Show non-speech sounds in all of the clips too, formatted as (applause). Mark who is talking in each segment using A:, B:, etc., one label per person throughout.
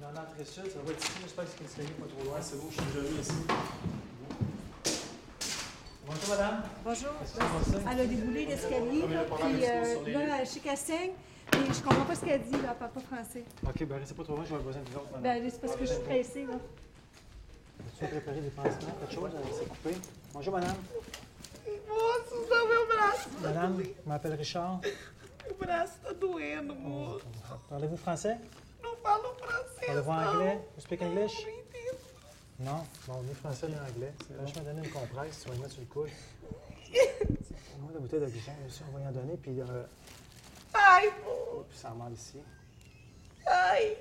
A: dans l'entrée sud, ça va être ici, j'espère que c'est considéré pas trop loin.
B: Ouais, c'est beau, je suis jamais ici.
A: Bonjour madame.
C: Bonjour.
A: Est-ce que vous pensez?
C: Elle a déboulé l'escalier, là, puis euh, là, je sais qu'elle saigne, puis je comprends pas ce qu'elle dit, là, elle parle pas français.
A: Ok, ben restez pas trop loin, je vais avoir besoin de vous autres, madame.
C: Ben, c'est parce que je suis pressée, là.
A: Tu as préparé des pansements, quelque chose, euh, c'est coupé. Bonjour madame.
D: Moço, não, meu braço,
A: Madame, je m'appelle Richard.
D: meu braço tá doendo, moço.
A: Parlez-vous français?
D: Não falo francês,
A: Parlez-vous anglais?
D: não.
A: You speak English?
D: Não entendo.
A: Non. Bon, ni français ni anglais. Là, je vais donner une compresse, tu vas y mettre sur le (laughs) coude. Moi, la bouteille de Dijon, aussi, on va y en donner, puis, euh,
D: Ai, moço,
A: puis ça emmerde ici.
D: ai, ai,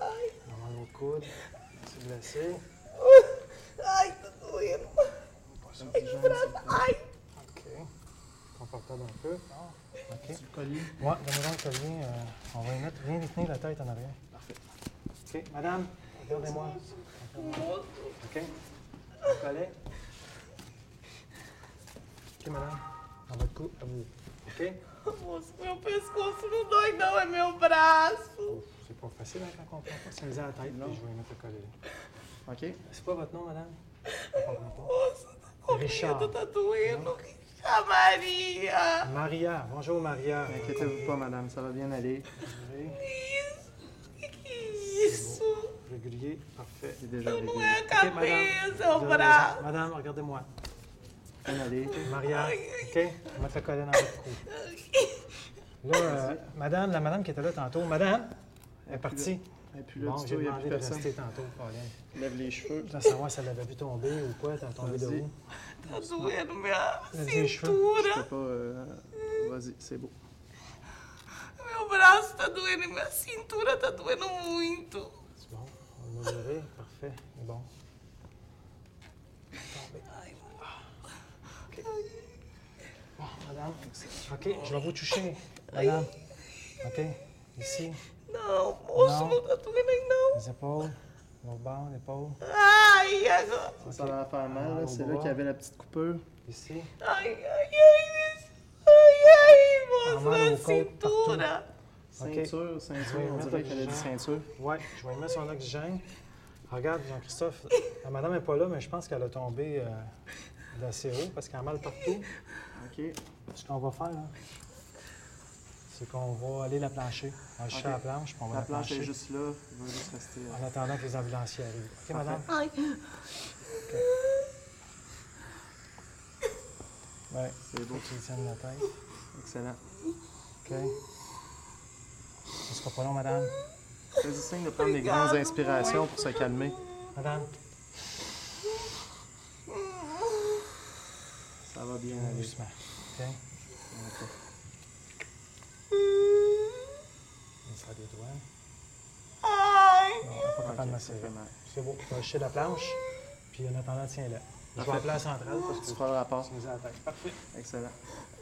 A: On emmerde l'autre coude. C'est blessé.
D: ai, tá doendo. Ai, meu braço, ai.
A: OK. Confortable un peu. OK.
B: Sur le collier.
A: Ouais, donnez-moi le collier. euh, on va y mettre. Viens y tenir la tête en arrière. Parfait. OK. Madame, regardez-moi.
D: Moço,
A: OK? Le collet. OK, madame. Dans votre cou, à vous. OK?
D: moço, meu pescoço não dói, não, é meu braço.
A: C'est pas facile hein, quand on comprend pas. C'est mis à la tête,
B: Non.
A: puis je vais y mettre le collet. là.
B: OK.
A: C'est quoi votre nom, madame? Je comprends
D: Moço, tô com
A: Richard.
D: medo, tá doendo. A Maria.
A: pas. Maria. Bonjour, Maria.
B: Inquiétez-vous pas, madame, ça va bien aller.
A: Régulier.
D: Isso, que que é isso?
A: Régulier. Parfait.
B: C'est déjà réglé.
D: Não é a
A: Ok, madame.
D: cabeça, é
A: Vous
D: o
A: avez
D: braço.
A: raison. Madame, regardez-moi.
B: Bien aller.
A: Maria, OK? On va mettre le collet dans votre
B: (laughs)
A: cou. Là, euh, madame, la madame qui était là tantôt, madame, elle est partie.
B: Et puis là,
A: Bon,
B: du
A: j'ai
B: tout, il n'y a
A: demandé
B: plus
A: de
B: personne.
A: rester tantôt, Pauline.
B: Lève les cheveux.
A: Je voulais savoir si elle avait vu tomber ou quoi, t'as tombé de
B: Vas-y.
A: où.
D: Tá doendo minha
A: Desenho de
B: Je
D: cintura.
B: peux pas. euh, Vas-y, c'est beau.
D: Meu braço tá doendo, e minha cintura tá doendo muito.
A: C'est bon, on va mesurer, parfait, il est bon. Il est tombé. Ah, OK. Bon, madame, OK, je vais vous toucher, madame. OK, ici,
D: Não, moço,
A: Não.
D: não, tá doendo aí não.
A: les épaules, l'autre bord, l'épaule,
D: Ai, agora.
B: Ça va faire mal,
A: Ah,
B: là.
A: au
B: c'est
A: bras.
B: là qu'il y avait la petite coupure.
A: ici.
D: Ai, ai, ai, isso. Ai, ai,
A: Ah,
D: moço,
A: mano,
D: minha
A: o corpo tá tudo-
D: cintura.
B: Ceinture, ceinture,
A: Je vais
B: on
A: mettre
B: dirait qu'elle a
A: le
B: dit
A: genre.
B: ceinture.
A: Ouais, je vais y mettre son oxygène. Regarde, Jean-Christophe, la madame n'est pas là, mais je pense qu'elle a tombé euh, d'assez haut parce qu'elle a mal partout.
B: OK.
A: Ce qu'on va faire, là, c'est qu'on va aller la plancher. On va chercher
B: Ok.
A: la planche, puis on va la,
B: La planche
A: plancher
B: est juste là. Il va juste rester là.
A: en attendant que les ambulanciers arrivent. OK, madame?
D: Ai,
A: Ouais.
B: C'est beau.
A: Tu lui tiennes la tête.
B: Excellent.
A: OK. Ce sera pas long, madame.
B: Fais-y signe de prendre des grandes inspirations pour se calmer.
A: Madame,
B: Ça va bien aller.
A: doucement. OK? On va faire des doigts.
D: ai.
A: Non, on n'est pas capable de
B: Ok,
A: masser.
B: ça fait mal.
A: C'est beau. On va chercher la planche, puis en attendant, tiens-la. Je vais
B: Parfait.
A: appeler la centrale parce que
B: Tu feras le rapport.
A: tu nous as la tête. Parfait.
B: Excellent.